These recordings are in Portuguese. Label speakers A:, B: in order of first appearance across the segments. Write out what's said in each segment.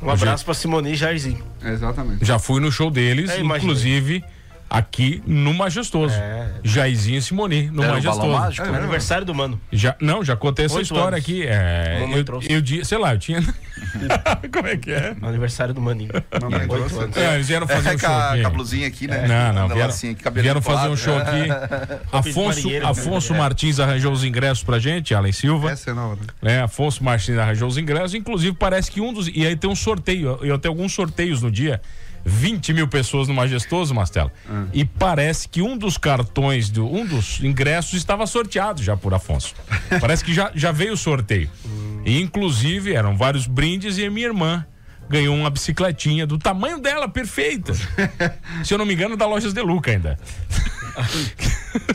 A: Um abraço pra Simone e Jairzinho.
B: Exatamente.
C: Já fui no show deles,
A: É, imaginei.
C: inclusive aqui no Majestoso.
A: É.
C: Jairzinho e Simoni, no
D: Era o balão
C: um Majestoso.
D: mágico?
A: É aniversário do mano.
C: Já, não, já contei essa
A: Oito
C: história
A: anos.
C: aqui. É,
A: Mamãe
C: eu,
A: trouxe.
C: eu di- sei lá, eu tinha. Como é que é?
A: Aniversário do maninho.
B: Mamãe
A: Oito
B: trouxe.
A: anos.
C: É, eles vieram fazer
D: um É,
C: um
D: com
C: show.
D: a,
C: aqui.
D: com a blusinha aqui, né?
C: Não, não,
D: Ela
C: vieram,
D: assim, É. com o cabelo
C: vieram
D: enrolado.
C: fazer um show aqui. Afonso,
A: marinheiro,
C: Afonso
A: né?
C: Martins arranjou os ingressos pra gente, Alan Silva.
B: Essa é nova, né?
C: né? Afonso Martins arranjou os ingressos. Inclusive, parece que um dos. E aí tem um sorteio. Eu tenho alguns sorteios no dia. 20 mil pessoas no Majestoso, Mastelo. E parece que um dos cartões, do, um dos ingressos estava sorteado já por Afonso. Parece que já, já veio o sorteio. E, inclusive, eram vários brindes e a minha irmã ganhou uma bicicletinha do tamanho dela, perfeita. Se eu não me engano, é da Lojas De Luca ainda.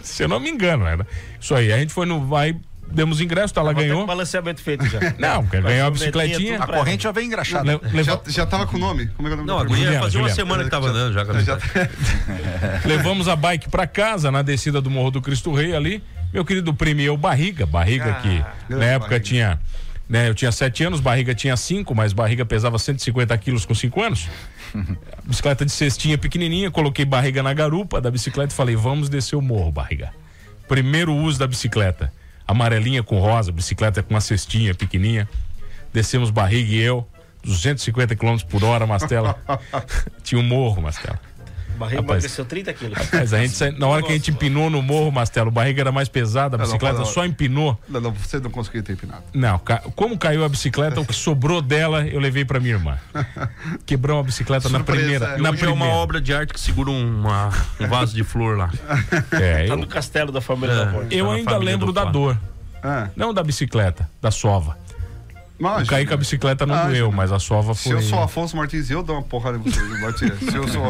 C: Se eu não me engano, era. Isso aí. A gente foi no. Vai, demos ingresso, tá, ela
A: Até
C: ganhou.
A: com balanceamento feito já.
C: Não, quer ganhar uma bicicletinha.
A: Tá
D: A corrente já vem engraxada.
C: Le- leva-
B: Né? Já, já tava com o nome? Como é que é o nome
E: Não,
B: da turma?
E: a guria
C: Juliana,
E: fazia uma
C: Juliana.
E: semana que tava andando já. com a
B: Já-
E: bicicleta.
C: levamos a bike pra casa na descida do Morro do Cristo Rei ali. Meu querido primo e eu, barriga, barriga que na
B: Ah, grande
C: época
B: barriga.
C: tinha. Né, eu tinha 7 anos, barriga tinha 5, mas barriga pesava 150 quilos com 5 anos. Bicicleta de cestinha pequenininha, coloquei barriga na garupa da bicicleta e falei: vamos descer o morro, barriga. Primeiro uso da bicicleta. Amarelinha com rosa, bicicleta com uma cestinha pequenininha. Descemos barriga e eu, 250 km por hora, Mastela. tinha um morro, Mastela.
A: Barriga
C: Rapaz.
A: emagreceu 30 quilos.
C: Mas a gente, sai- na hora que a gente empinou no morro, Mastelo, a barriga era mais pesada, a
B: não,
C: bicicleta
B: não.
C: só empinou.
B: Não, não, você não conseguiu ter empinado.
C: Não, ca- como caiu a bicicleta, o que sobrou dela, eu levei pra minha irmã. Quebrou uma bicicleta na
B: Surpresa,
C: primeira.
B: é.
C: Na
E: Hoje é
C: primeira.
E: uma obra de arte que segura uma- um vaso de flor lá.
C: É,
A: Tá
C: eu,
A: no castelo da família
E: É.
A: da Porta.
C: eu
E: na
C: ainda
E: família
C: lembro
E: do
C: da
E: Flá.
C: dor.
B: Ah,
C: Não da bicicleta, da sova.
B: mas,
C: Caí com a bicicleta não
B: Ah,
C: doeu,
B: gente.
C: mas a sova
B: Se
C: foi.
B: eu sou Afonso Martins, eu dou uma porrada em você. Martins. Se eu sou